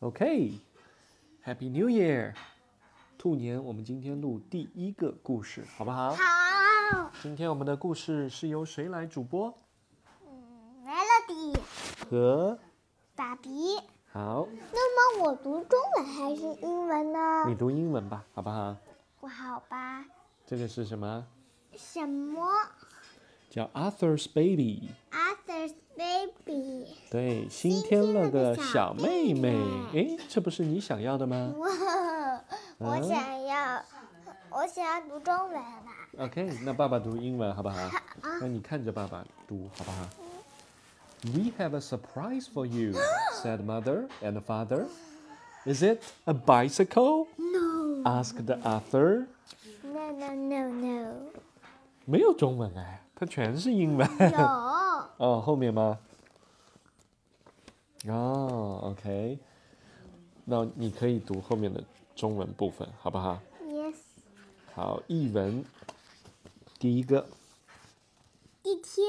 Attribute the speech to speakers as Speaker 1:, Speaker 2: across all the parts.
Speaker 1: OK，Happy、New Year！兔年，我们今天录第一个故事，好不好？
Speaker 2: 好
Speaker 1: 今天我们的故事是由谁来主播？
Speaker 2: ，Melody，
Speaker 1: 和
Speaker 2: 爸比。
Speaker 1: 好，
Speaker 2: 那么我读中文还是英文
Speaker 1: 你
Speaker 2: 呢？
Speaker 1: 读英文吧，好不好？
Speaker 2: 不好吧？
Speaker 1: 这个是什么？
Speaker 2: 什么
Speaker 1: 叫 Arthur's Baby。
Speaker 2: ？Arthur's baby，
Speaker 1: 对，新添了个小
Speaker 2: 小
Speaker 1: 妹
Speaker 2: 妹
Speaker 1: 妹
Speaker 2: 妹。
Speaker 1: 诶，这不是你想要的吗
Speaker 2: 我我想要，我想要读中文啊啦。
Speaker 1: ？OK，那爸爸读英文好不好？那你看着爸爸读好不好？We have a surprise for you," said mother and father. "Is it a bicycle?"
Speaker 2: No,
Speaker 1: asked Arthur.
Speaker 2: no, no, no, no。
Speaker 1: 没有中文哎，它全是英文。
Speaker 2: 有，
Speaker 1: 哦，后面吗？哦，OK，那你可以读后面的中文部分，好不好？
Speaker 2: yes。
Speaker 1: 好，译文，第一个，
Speaker 2: 一天，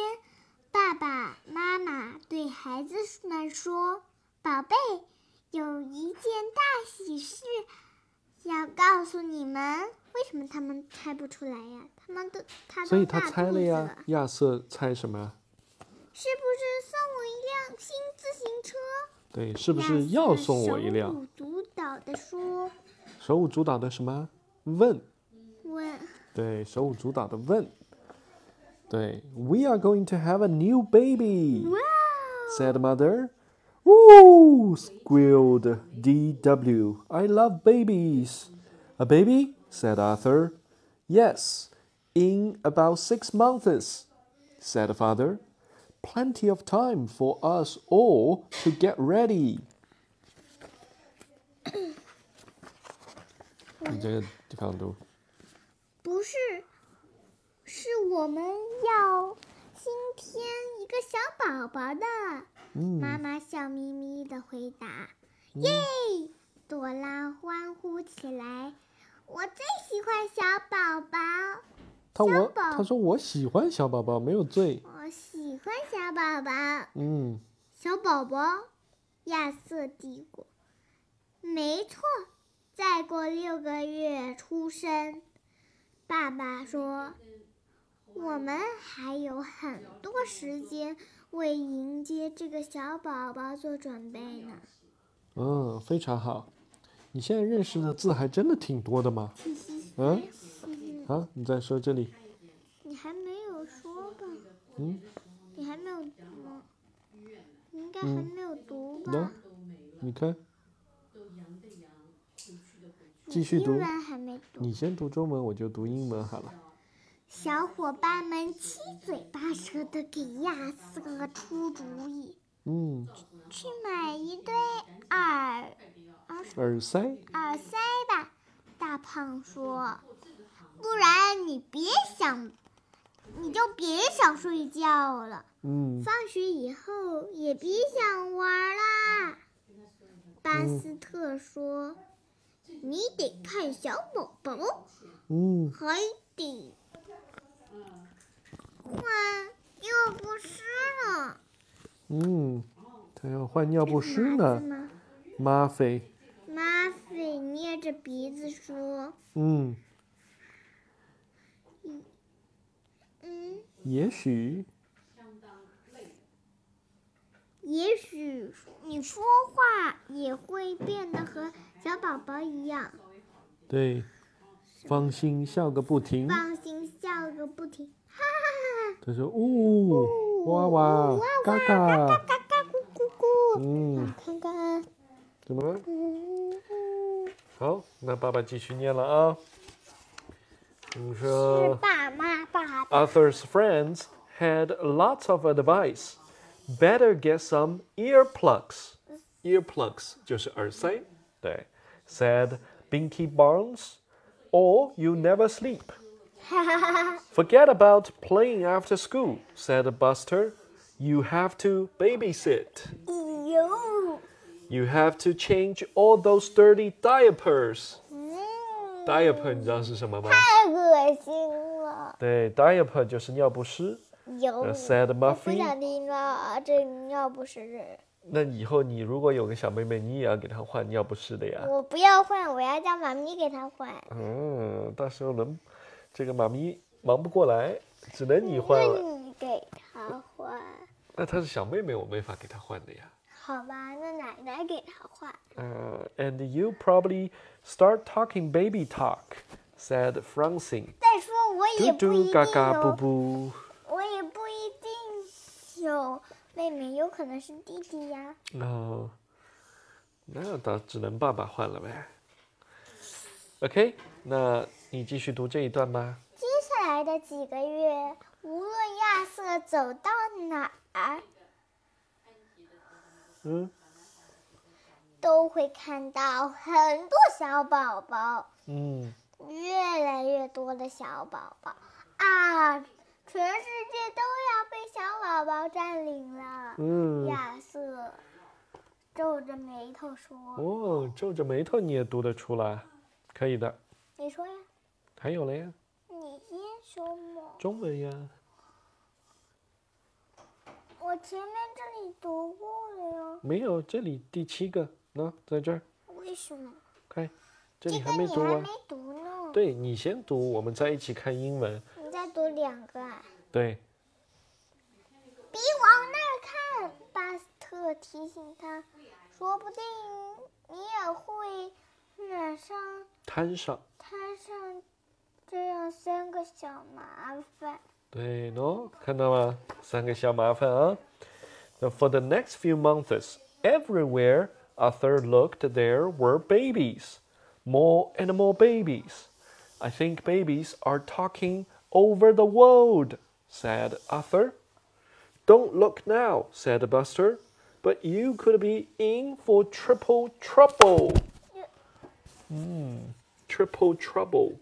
Speaker 2: 爸爸妈妈对孩子们说：“宝贝，有一件大喜事要告诉你们。”为什么他们猜不出来呀？他们都他都
Speaker 1: 所以他
Speaker 2: 大肚
Speaker 1: 猜了
Speaker 2: 子
Speaker 1: 呀。亚瑟猜什么？
Speaker 2: 是不是送我一辆新自行车？
Speaker 1: 对，是不
Speaker 2: 亚
Speaker 1: 是要
Speaker 2: 瑟
Speaker 1: 送我一
Speaker 2: 手
Speaker 1: 辆？
Speaker 2: 舞足蹈地说：“
Speaker 1: 手舞足蹈的什么？问，
Speaker 2: 问
Speaker 1: 对，手舞足蹈的问。对，We are going to have a new baby。
Speaker 2: 哇
Speaker 1: said mother. Ooh, squealed DW. I love babies. A baby? said Arthur. Yes, in about six months, said father. Plenty of time for us all to get ready. 你这个地方读。
Speaker 2: 不是，是我们要新添一个小宝宝的。妈妈笑眯眯的回答：“耶！”朵拉欢呼起来：“我最喜欢小宝宝，
Speaker 1: 他
Speaker 2: 小
Speaker 1: 我
Speaker 2: 宝
Speaker 1: 他说我喜欢小宝宝，没有罪。
Speaker 2: 我喜欢小宝宝，
Speaker 1: 嗯，
Speaker 2: 小宝宝。”亚瑟嘀咕：“没错，再过六个月出生。”爸爸说：“我们还有很多时间为迎接这个小宝宝做准备呢。”
Speaker 1: 嗯，非常好。你现在认识的字还真的挺多的嘛。嗯，啊，你再说这里，
Speaker 2: 你还没有说吧？
Speaker 1: 嗯，
Speaker 2: 你还没有读吗？你应该
Speaker 1: 嗯
Speaker 2: 还没有读吧？
Speaker 1: 喏、你看，继续读
Speaker 2: 英，文还没读。
Speaker 1: 你先读中文，我就读英文好了。
Speaker 2: 小伙伴们七嘴八舌的给亚瑟出主意，
Speaker 1: 嗯，
Speaker 2: 去买一对耳
Speaker 1: 耳塞，
Speaker 2: 耳塞吧。大胖说：“不然你别想，你就别想睡觉了。”
Speaker 1: 嗯，
Speaker 2: 放学以后也别想玩啦。巴斯特说：“你得看小宝宝，
Speaker 1: 嗯，
Speaker 2: 还得嗯换又不湿了。
Speaker 1: 嗯，他要换尿不湿
Speaker 2: 麻子
Speaker 1: 呢，
Speaker 2: 吗？
Speaker 1: 吗啡，
Speaker 2: 马匪捏着鼻子说
Speaker 1: 嗯，：“
Speaker 2: 嗯，
Speaker 1: 也许，
Speaker 2: 也许你说话也会变得和小宝宝一样。
Speaker 1: 对，芳心笑个不停。
Speaker 2: 放心，笑个不停，哈哈哈
Speaker 1: 他说，呜、
Speaker 2: 呜
Speaker 1: 哇哇
Speaker 2: 哇，
Speaker 1: 嘎嘎，
Speaker 2: 哈，嘎嘎咕咕咕。”
Speaker 1: 嗯，
Speaker 2: 看看，
Speaker 1: 怎么了？
Speaker 2: 嗯，嗯
Speaker 1: 好，那爸爸继续念了啊。你
Speaker 2: 是
Speaker 1: 说。
Speaker 2: 爸妈爸爸
Speaker 1: Arthur's friends had lots of advice. Better get some earplugs. Earplugs 就是耳塞。对，said Binky Barnes, or you never sleep.
Speaker 2: 哈
Speaker 1: Forget about playing after school, said Buster. You have to babysit.
Speaker 2: 哎哟，
Speaker 1: You have to change all those dirty diapers.
Speaker 2: 嗯，
Speaker 1: Diaper 你知道是什么吗？
Speaker 2: 太恶心了，
Speaker 1: 对，diaper 就是尿不湿。
Speaker 2: 有，
Speaker 1: said
Speaker 2: 不
Speaker 1: Muffy.
Speaker 2: 想听了，这尿不湿，
Speaker 1: 那以后你如果有个小妹妹，你也要给她换尿不湿的呀。
Speaker 2: 我不要换，我要叫妈咪给他换。
Speaker 1: 嗯，到时候轮这个妈咪忙不过来，只能你换
Speaker 2: 那
Speaker 1: 了。
Speaker 2: 你给他换，
Speaker 1: 那她是小妹妹，我没法给她换的呀。
Speaker 2: 好吧？那奶奶给他换。
Speaker 1: Uh, and you probably start talking baby talk, said Francine.
Speaker 2: 再说我 也
Speaker 1: Doo
Speaker 2: 不一
Speaker 1: doo
Speaker 2: 定哦
Speaker 1: ga ga boo
Speaker 2: 有，
Speaker 1: boo.
Speaker 2: 我也不一定有妹妹，有可能是弟弟呀。
Speaker 1: 哦，那倒只能爸爸换了呗。OK，那你继续读这一段吧。
Speaker 2: 接下来的几个月，无论亚瑟走到哪儿，
Speaker 1: 嗯
Speaker 2: 都会看到很多小宝宝，
Speaker 1: 嗯，
Speaker 2: 越来越多的小宝宝啊！全世界都要被小宝宝占领了。
Speaker 1: 嗯
Speaker 2: 亚瑟皱着眉头说
Speaker 1: 哦，皱着眉头你也读得出来，可以的。：“
Speaker 2: 你说呀，
Speaker 1: 还有嘞，
Speaker 2: 你先说嘛。
Speaker 1: 中文呀，
Speaker 2: 我前面这里读过了呀，
Speaker 1: 没有，这里第七个，喏、在这儿，
Speaker 2: 为什么？
Speaker 1: 快，这
Speaker 2: 这
Speaker 1: 里
Speaker 2: 个
Speaker 1: 还没
Speaker 2: 你
Speaker 1: 读
Speaker 2: 还
Speaker 1: 完
Speaker 2: 没。读呢。
Speaker 1: 对你先读，我们再一起看英文。
Speaker 2: 你再读两个啊。”
Speaker 1: 对，
Speaker 2: 别往那儿看，巴斯特提醒他，说不定你也会染上
Speaker 1: 摊上，
Speaker 2: 摊上这样三个小麻烦。
Speaker 1: 对喏，看到吗？三个小麻烦啊。Now, for the next few months, everywhere Arthur looked, there were babies. More and more babies. I think babies are talking over the world, said Arthur. Don't look now, said Buster, but you could be in for triple trouble. 嗯，triple trouble，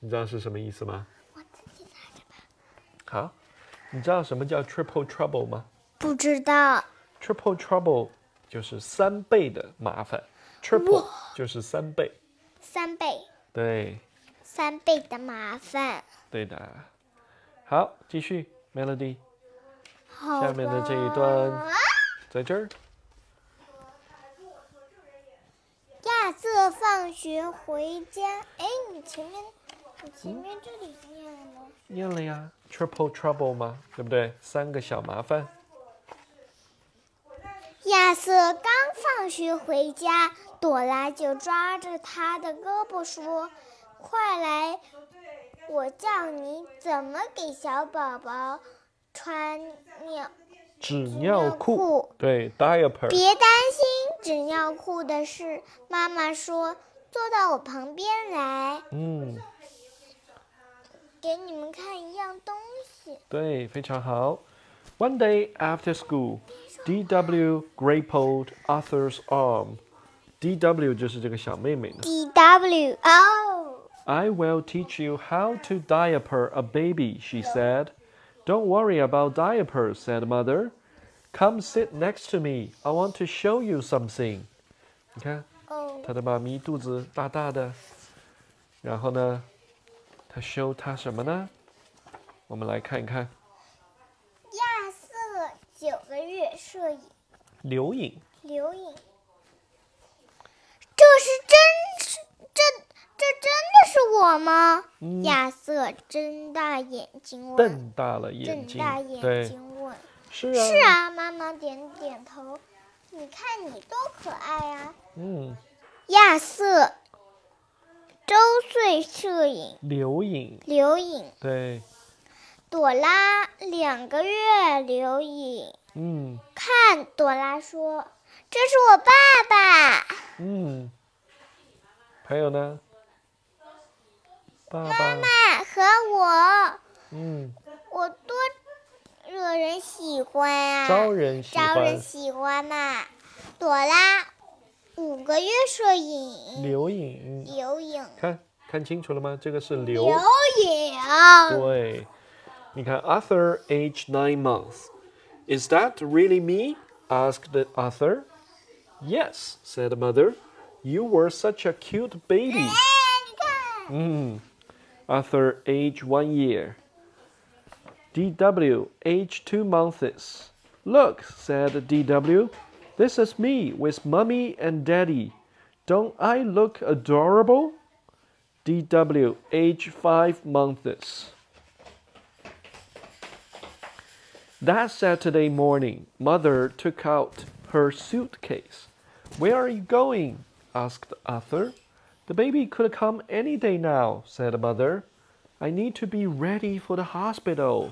Speaker 1: 你知道是什么意思吗？
Speaker 2: 我自己拿着吧。
Speaker 1: 好，你知道什么叫 triple trouble 吗
Speaker 2: 不知道，
Speaker 1: ？triple trouble 就是三倍的麻烦，triple 就是三倍。
Speaker 2: 三倍，
Speaker 1: 对，
Speaker 2: 三倍的麻烦。
Speaker 1: 对的。好，继续，Melody，
Speaker 2: 好
Speaker 1: 下面的这一段在这儿。
Speaker 2: 亚瑟放学回家，哎，你前面，你前面这里念了吗？
Speaker 1: 念了呀，triple trouble 嘛，对不对？三个小麻烦。
Speaker 2: 亚瑟刚放学回家，朵拉就抓着他的胳膊说：“快来，我教你怎么给小宝宝穿尿。
Speaker 1: 纸
Speaker 2: 尿
Speaker 1: 尿
Speaker 2: 裤
Speaker 1: 裤，对，diaper。
Speaker 2: 别担心纸尿裤的事。”妈妈说：“坐到我旁边来，
Speaker 1: 嗯，
Speaker 2: 给你们看一样东西。
Speaker 1: 对，非常好。One day after school, D.W. grappled Arthur's arm. D.W. 就是这个小妹妹呢。
Speaker 2: ”D W O，
Speaker 1: I will teach you how to diaper a baby, she said. Don't worry about diapers, said mother. Come sit next to me. I want to show you something. 你看，
Speaker 2: 哦，
Speaker 1: 他的妈咪肚子大大的，然后呢，他 show 他什么呢？我们来看一看
Speaker 2: 亚瑟九个月摄影。
Speaker 1: 留影。
Speaker 2: 留影。这是真是这这真的是我吗？亚瑟睁大眼睛问，
Speaker 1: 嗯瞪大了眼
Speaker 2: 睁
Speaker 1: 睛，
Speaker 2: 大眼
Speaker 1: 对，
Speaker 2: 睛问。
Speaker 1: 是啊，
Speaker 2: 是啊，妈妈点点头。你看你多可爱啊！
Speaker 1: 嗯，
Speaker 2: 亚瑟周岁摄影
Speaker 1: 留影，
Speaker 2: 留影，
Speaker 1: 对，
Speaker 2: 朵拉两个月留影。
Speaker 1: 嗯
Speaker 2: 看，朵拉说：“这是我爸爸。”
Speaker 1: 嗯，还有呢，爸爸，
Speaker 2: 爸和我，
Speaker 1: 嗯，
Speaker 2: 我多惹人喜欢啊！
Speaker 1: 招人喜
Speaker 2: 招人
Speaker 1: 欢，
Speaker 2: 喜欢嘛！朵拉五个月摄影，
Speaker 1: 留影，嗯
Speaker 2: 留影，
Speaker 1: 看看清楚了吗？这个是
Speaker 2: 留
Speaker 1: 留，
Speaker 2: 影，
Speaker 1: 对，你看，Arthur age nine months. Is that really me? asked Arthur. Yes, said mother. You were such a cute baby.
Speaker 2: 哎，你看，
Speaker 1: Mm. Arthur, age one year. DW, age two months. Look, said DW, This is me with mommy and daddy. Don't I look adorable? DW, age five months. That Saturday morning, mother took out her suitcase. Where are you going? asked Arthur. The baby could come any day now, said mother. I need to be ready for the hospital.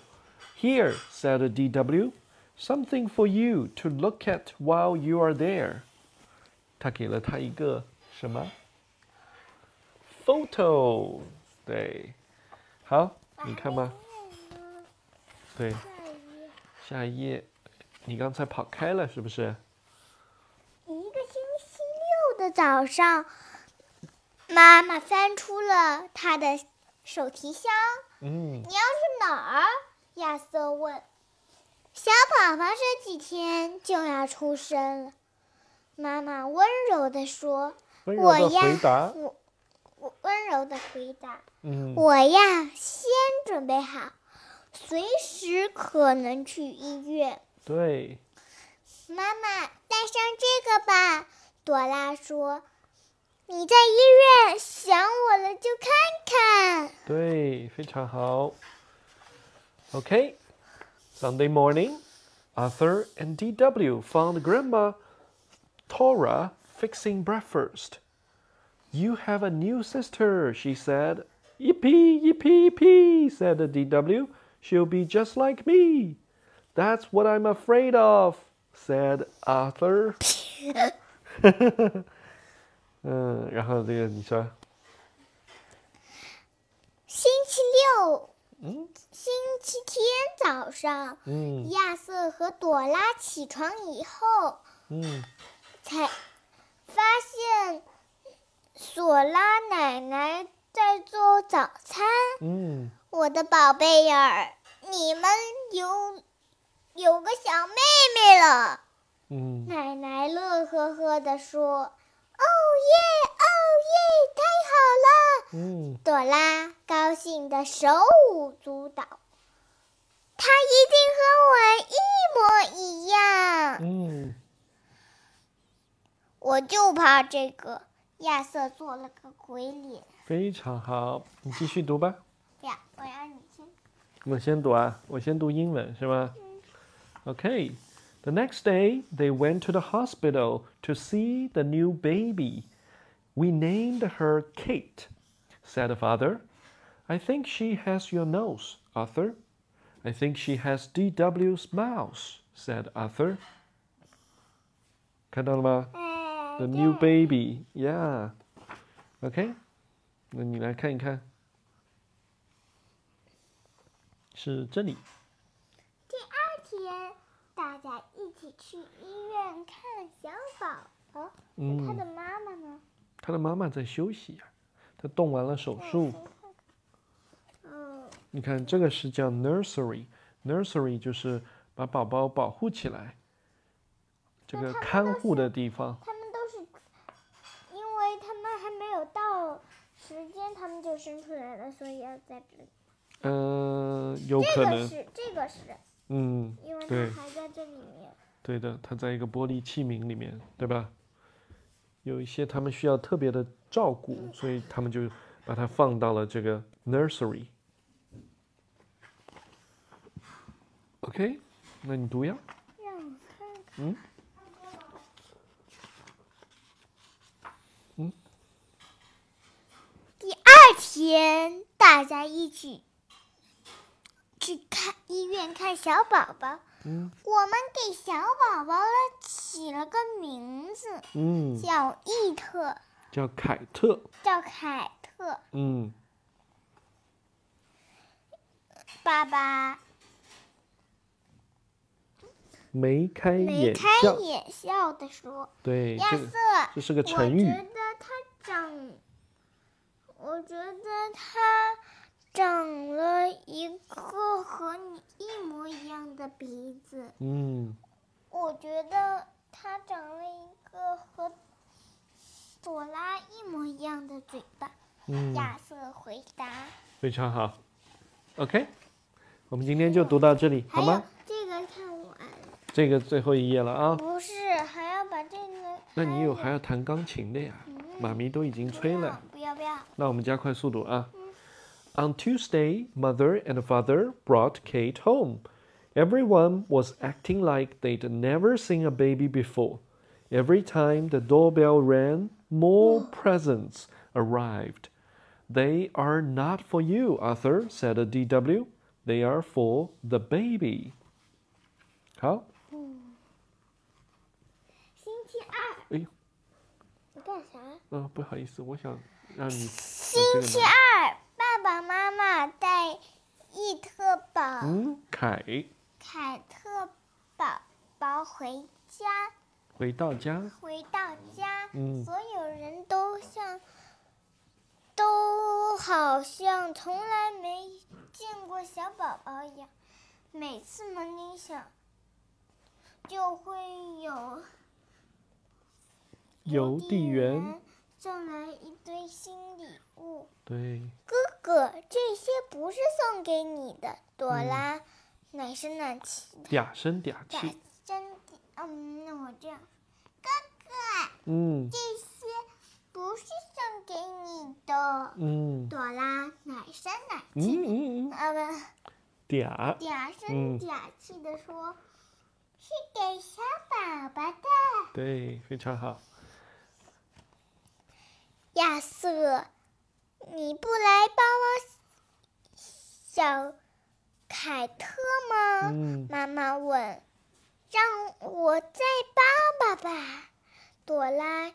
Speaker 1: Here, said DW, something for you to look at while you are there. 他给了他一个什么？photo，对，好，你看吧，对，下一页，你刚才跑开了是不是？
Speaker 2: 一个星期六的早上，妈妈翻出了她的手提箱。
Speaker 1: 嗯，
Speaker 2: 你要去哪儿？亚瑟问。小宝宝这几天就要出生了，妈妈温柔地说。
Speaker 1: 温柔
Speaker 2: 我
Speaker 1: 的
Speaker 2: 呀
Speaker 1: 回答，，
Speaker 2: 我我温柔的回答，
Speaker 1: 嗯，
Speaker 2: 我呀先准备好，随时可能去医院。
Speaker 1: 对，
Speaker 2: 妈妈，带上这个吧，朵拉说。你在医院想我了就看看。
Speaker 1: 对，非常好。Okay, Sunday morning, Arthur and DW found Grandma Tora fixing breakfast. You have a new sister, she said. Yippee, yippee, yippee, said the DW. She'll be just like me. That's what I'm afraid of, said Arthur. 嗯，然后这个你说，
Speaker 2: 星期六，星期天早上，
Speaker 1: 嗯
Speaker 2: 亚瑟和朵拉起床以后，才发现索拉奶奶在做早餐。我的宝贝儿，你们有有个小妹妹了。奶奶乐呵呵地说：“哦耶，哦耶，太好了！”朵拉高兴得手舞足蹈。她一定和我一模一样，
Speaker 1: 嗯嗯嗯嗯。
Speaker 2: 我就怕这个。亚瑟做了个鬼脸。
Speaker 1: 非常好，你继续读吧。
Speaker 2: 呀，我要你听。
Speaker 1: 我先读啊，我先读英文是吗？Okay, the next day they went to the hospital to see the new baby. We named her Kate, said father. I think she has your nose, Arthur. I think she has DW's mouse, said Arthur. 看到了吗
Speaker 2: 哎
Speaker 1: ？The new baby, yeah. OK，那你来看一看，是这里。
Speaker 2: 第二天，大家一起去医院看小宝宝。
Speaker 1: 嗯
Speaker 2: 他的妈妈呢？
Speaker 1: 他的妈妈在休息呀、他动完了手术。
Speaker 2: 嗯，
Speaker 1: 你看，这个是叫 nursery，nursery 就是把宝宝保护起来，这个看护的地方。
Speaker 2: 他们都是，因为他们还没有到时间，他们就生出来了，所以要在这里。
Speaker 1: 嗯、有
Speaker 2: 这
Speaker 1: 可
Speaker 2: 个
Speaker 1: 能，
Speaker 2: 是，这个是，
Speaker 1: 嗯，
Speaker 2: 因为
Speaker 1: 对
Speaker 2: 它还在这里面。
Speaker 1: 对的，它在一个玻璃器皿里面，对吧？有一些他们需要特别的照顾，所以他们就把它放到了这个 nursery。OK，那你读呀。
Speaker 2: 让我看看。
Speaker 1: 嗯。嗯。
Speaker 2: 第二天，大家一起去看医院看小宝宝。
Speaker 1: 嗯
Speaker 2: 我们给小宝宝了起了个名字，
Speaker 1: 嗯，
Speaker 2: 叫伊特，
Speaker 1: 叫凯特。
Speaker 2: 叫凯特。
Speaker 1: 嗯
Speaker 2: 爸爸
Speaker 1: 眉开
Speaker 2: 眉
Speaker 1: 眼
Speaker 2: 开
Speaker 1: 笑，
Speaker 2: 眼笑地说
Speaker 1: 对，：“
Speaker 2: 亚
Speaker 1: 哎这
Speaker 2: 瑟
Speaker 1: 个，这是个成
Speaker 2: 我
Speaker 1: 语
Speaker 2: 觉。得他长，我觉得他长了一个和你一模一样的鼻子。
Speaker 1: 嗯，
Speaker 2: 我觉得他长了一个和朵拉一模一样的嘴巴。
Speaker 1: 嗯
Speaker 2: 亚瑟回答。
Speaker 1: 非常好。OK，我们今天就读到这里，
Speaker 2: 还
Speaker 1: 好
Speaker 2: 有
Speaker 1: 吗？
Speaker 2: 这个看完
Speaker 1: 这个最后一页了啊。
Speaker 2: 不是，还要
Speaker 1: 那你有还要弹钢琴的呀？妈咪都已经催了。
Speaker 2: 不要不要，
Speaker 1: On Tuesday, mother and father brought Kate home. Everyone was acting like they'd never seen a baby before. Every time the doorbell rang, more presents arrived. They are not for you, Arthur, said the DW. They are for the baby.
Speaker 2: 星期二
Speaker 1: 好，哎呦，啊、呃，不好意思，我想让你
Speaker 2: 你干啥？
Speaker 1: 这
Speaker 2: 星
Speaker 1: 个
Speaker 2: 期
Speaker 1: 拿
Speaker 2: 二，爸爸妈妈带一特宝、
Speaker 1: 嗯，凯
Speaker 2: 凯特宝宝回家。
Speaker 1: 回到家，
Speaker 2: 回到家，
Speaker 1: 嗯
Speaker 2: 所有人都像，都好像从来没见过小宝宝一样。每次门铃响，就会有
Speaker 1: 邮递员，
Speaker 2: 送来一堆新礼物。
Speaker 1: 对，
Speaker 2: 哥哥，这些不是送给你的，朵拉，
Speaker 1: 嗯
Speaker 2: 奶声奶气的，
Speaker 1: 嗲声嗲
Speaker 2: 假
Speaker 1: 气，
Speaker 2: 真的，嗯，那我这样，
Speaker 1: 嗯
Speaker 2: 这些不是送给你的。
Speaker 1: 嗯
Speaker 2: 朵拉奶声奶
Speaker 1: 嗯
Speaker 2: 气的，
Speaker 1: 嗯嗯，
Speaker 2: 呃
Speaker 1: 嗲
Speaker 2: 不，，嗲声
Speaker 1: 嗯
Speaker 2: 嗲气的说：“是给小宝宝的。”
Speaker 1: 对，非常好，
Speaker 2: 亚瑟，你不来帮帮小凯特吗？
Speaker 1: 嗯
Speaker 2: 妈妈问。让我再帮帮吧，朵拉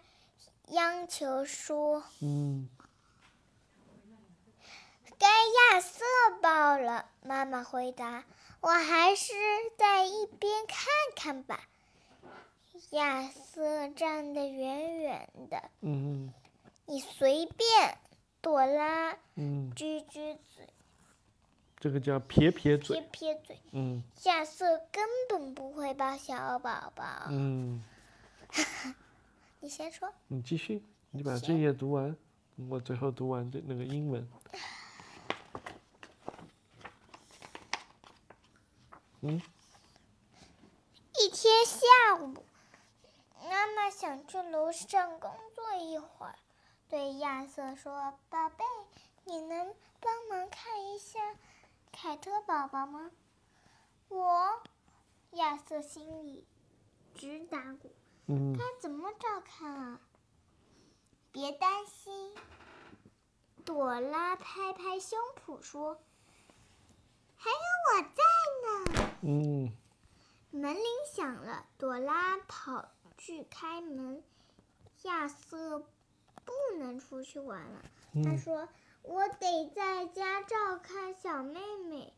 Speaker 2: 央求说。
Speaker 1: 嗯
Speaker 2: 该亚瑟抱了。妈妈回答：“我还是在一边看看吧。”亚瑟站得远远的。
Speaker 1: 嗯
Speaker 2: 你随便。朵拉
Speaker 1: 嗯，
Speaker 2: 撅撅嘴，
Speaker 1: 这个叫撇撇
Speaker 2: 撇
Speaker 1: 嘴，
Speaker 2: 撇嘴。
Speaker 1: 嗯
Speaker 2: 亚瑟根本不会抱小宝宝。
Speaker 1: 嗯，
Speaker 2: 你先说。
Speaker 1: 你继续，你把这页读完，我最后读完这那个英文，嗯
Speaker 2: 一天下午，妈妈想去楼上工作一会儿，对亚瑟说：“宝贝，你能帮忙看一下凯特宝宝吗？”我，亚瑟心里直打鼓，
Speaker 1: 嗯
Speaker 2: 该怎么照看啊？别担心，朵拉拍拍胸脯说：“还有我在呢。”
Speaker 1: 嗯
Speaker 2: 门铃响了，朵拉跑去开门。亚瑟不能出去玩了，他
Speaker 1: 嗯
Speaker 2: 说：“我得在家照看小妹妹，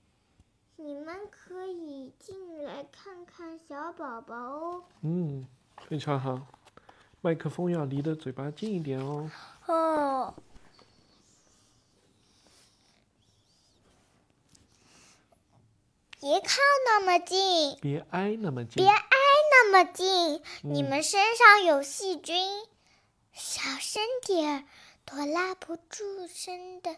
Speaker 2: 你们可以进来看看小宝宝哦。
Speaker 1: 嗯，非常好，麦克风要离得嘴巴近一点哦，”
Speaker 2: 哦。别靠那么近，
Speaker 1: 别挨那么近
Speaker 2: 别，挨那么近，你
Speaker 1: 嗯
Speaker 2: 们身上有细菌。小声点儿，朵拉不住声的，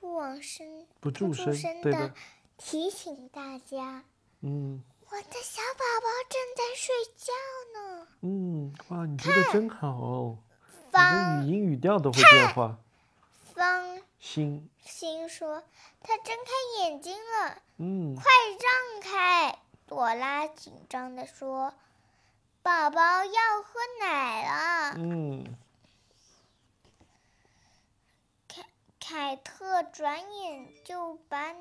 Speaker 2: 不往身
Speaker 1: 不住
Speaker 2: 声
Speaker 1: 声，对
Speaker 2: 的
Speaker 1: 的，
Speaker 2: 提醒大家，
Speaker 1: 嗯。
Speaker 2: 我的小宝宝正在睡觉呢。
Speaker 1: 嗯，哇，你读的真好哦，你的语
Speaker 2: 方
Speaker 1: 音语调都会变化。
Speaker 2: 方
Speaker 1: 心，
Speaker 2: 心说，他睁开眼睛了，
Speaker 1: 嗯
Speaker 2: 快让开！朵拉紧张的说，宝宝要喝奶了。
Speaker 1: 嗯
Speaker 2: 凯特转眼就把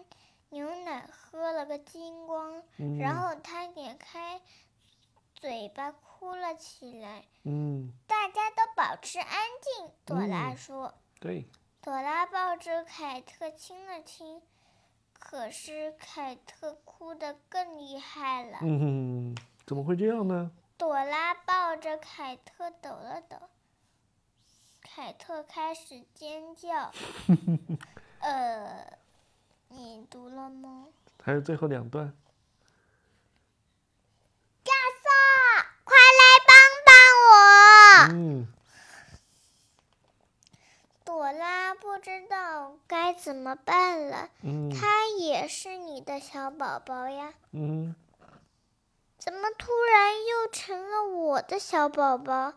Speaker 2: 牛奶喝了个精光，
Speaker 1: 嗯，
Speaker 2: 然后他咧开嘴巴哭了起来。
Speaker 1: 嗯，
Speaker 2: 大家都保持安静，朵拉
Speaker 1: 嗯
Speaker 2: 说。
Speaker 1: 对，
Speaker 2: 朵拉抱着凯特亲了亲，可是凯特哭得更厉害了。
Speaker 1: 嗯，怎么会这样呢？
Speaker 2: 朵拉抱着凯特抖了抖，凯特开始尖叫。呃，你读了吗？
Speaker 1: 还有最后两段，
Speaker 2: 亚瑟，快来帮帮我！
Speaker 1: 嗯
Speaker 2: 朵拉不知道该怎么办了，
Speaker 1: 嗯
Speaker 2: 他也是你的小宝宝呀，
Speaker 1: 嗯
Speaker 2: 怎么突然又成了我的小宝宝？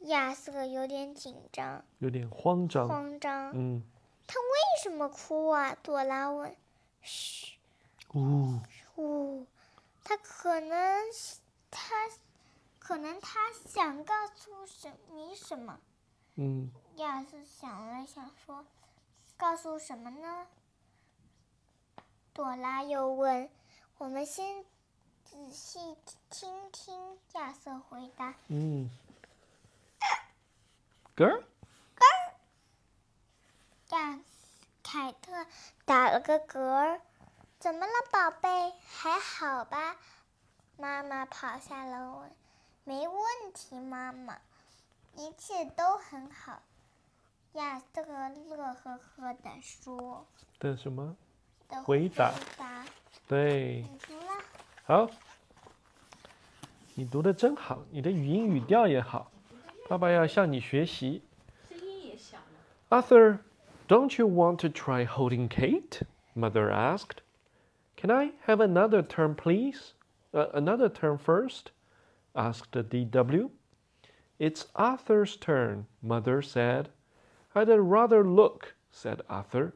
Speaker 2: 亚瑟有点紧张、
Speaker 1: 有点慌张。
Speaker 2: 慌张。
Speaker 1: 嗯，
Speaker 2: 他为什么哭啊？朵拉问。嘘，
Speaker 1: 呜，
Speaker 2: 呜，他可能他可能他想告诉什你什么？
Speaker 1: 嗯，
Speaker 2: 亚瑟想了想说：“告诉什么呢？”朵拉又问：“我们先仔细听听。”亚瑟回答
Speaker 1: 嗯。Girl，：“
Speaker 2: 亚凯特打了个嗝儿，怎么了，宝贝？还好吧？”妈妈跑下楼问：“没问题，妈妈，一切都很好。”亚瑟乐呵呵地说
Speaker 1: 的什么？
Speaker 2: 的
Speaker 1: 回答
Speaker 2: 答
Speaker 1: 对，
Speaker 2: 你行了。
Speaker 1: 好，你读的真好，你的语音语调也好，爸爸要向你学习。Arthur, don't you want to try holding Kate? Mother asked. Can I have another turn, please? Uh, another turn first? asked the DW. It's Arthur's turn, Mother said. I'd rather look, said Arthur.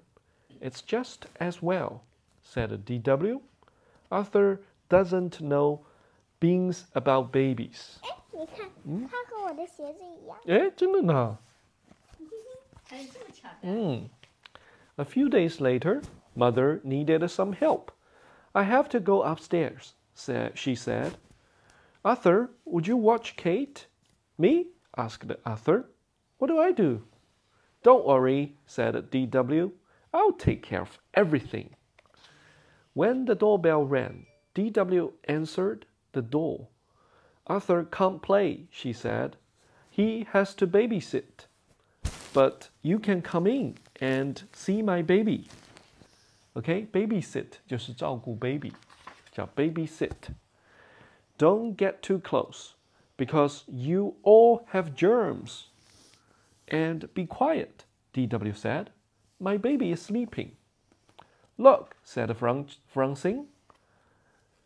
Speaker 1: It's just as well, said the DW. Arthur doesn't know beans about babies. Eh,
Speaker 2: 哎，你看，
Speaker 1: 嗯
Speaker 2: 它和我的鞋子一样。
Speaker 1: Mm. A few days later, mother needed some help. I have to go upstairs, said she said. Arthur, would you watch Kate? Me? asked Arthur. What do I do? Don't worry, said DW. I'll take care of everything. When the doorbell rang, DW answered the door. Arthur can't play, she said. He has to babysit but you can come in and see my baby. Okay, babysit 就是照顾 baby，叫 babysit. Don't get too close because you all have germs. And be quiet, DW said. My baby is sleeping. Look, said Fran- Francine.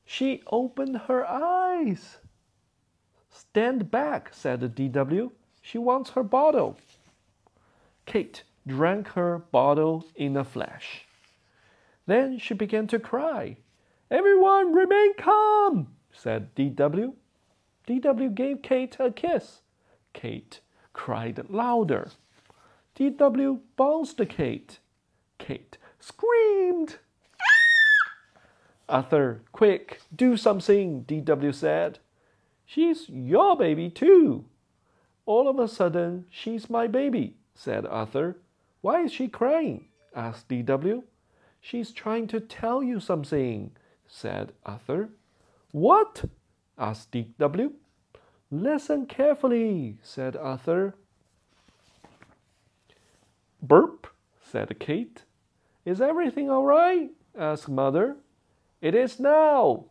Speaker 1: She opened her eyes. Stand back, said DW. She wants her bottle. Kate drank her bottle in a flash. Then she began to cry. Everyone remain calm, said DW. DW gave Kate a kiss. Kate cried louder. DW bounced Kate. Kate screamed. "Ah!" Arthur, quick, do something, DW said. She's your baby too. All of a sudden, she's my baby, said Arthur. Why is she crying? asked DW. She's trying to tell you something, said Arthur. What? asked DW. Listen carefully, said Arthur. Burp, said Kate. Is everything all right? asked Mother. It is now,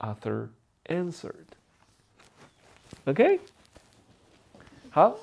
Speaker 1: Arthur answered. Okay? 好，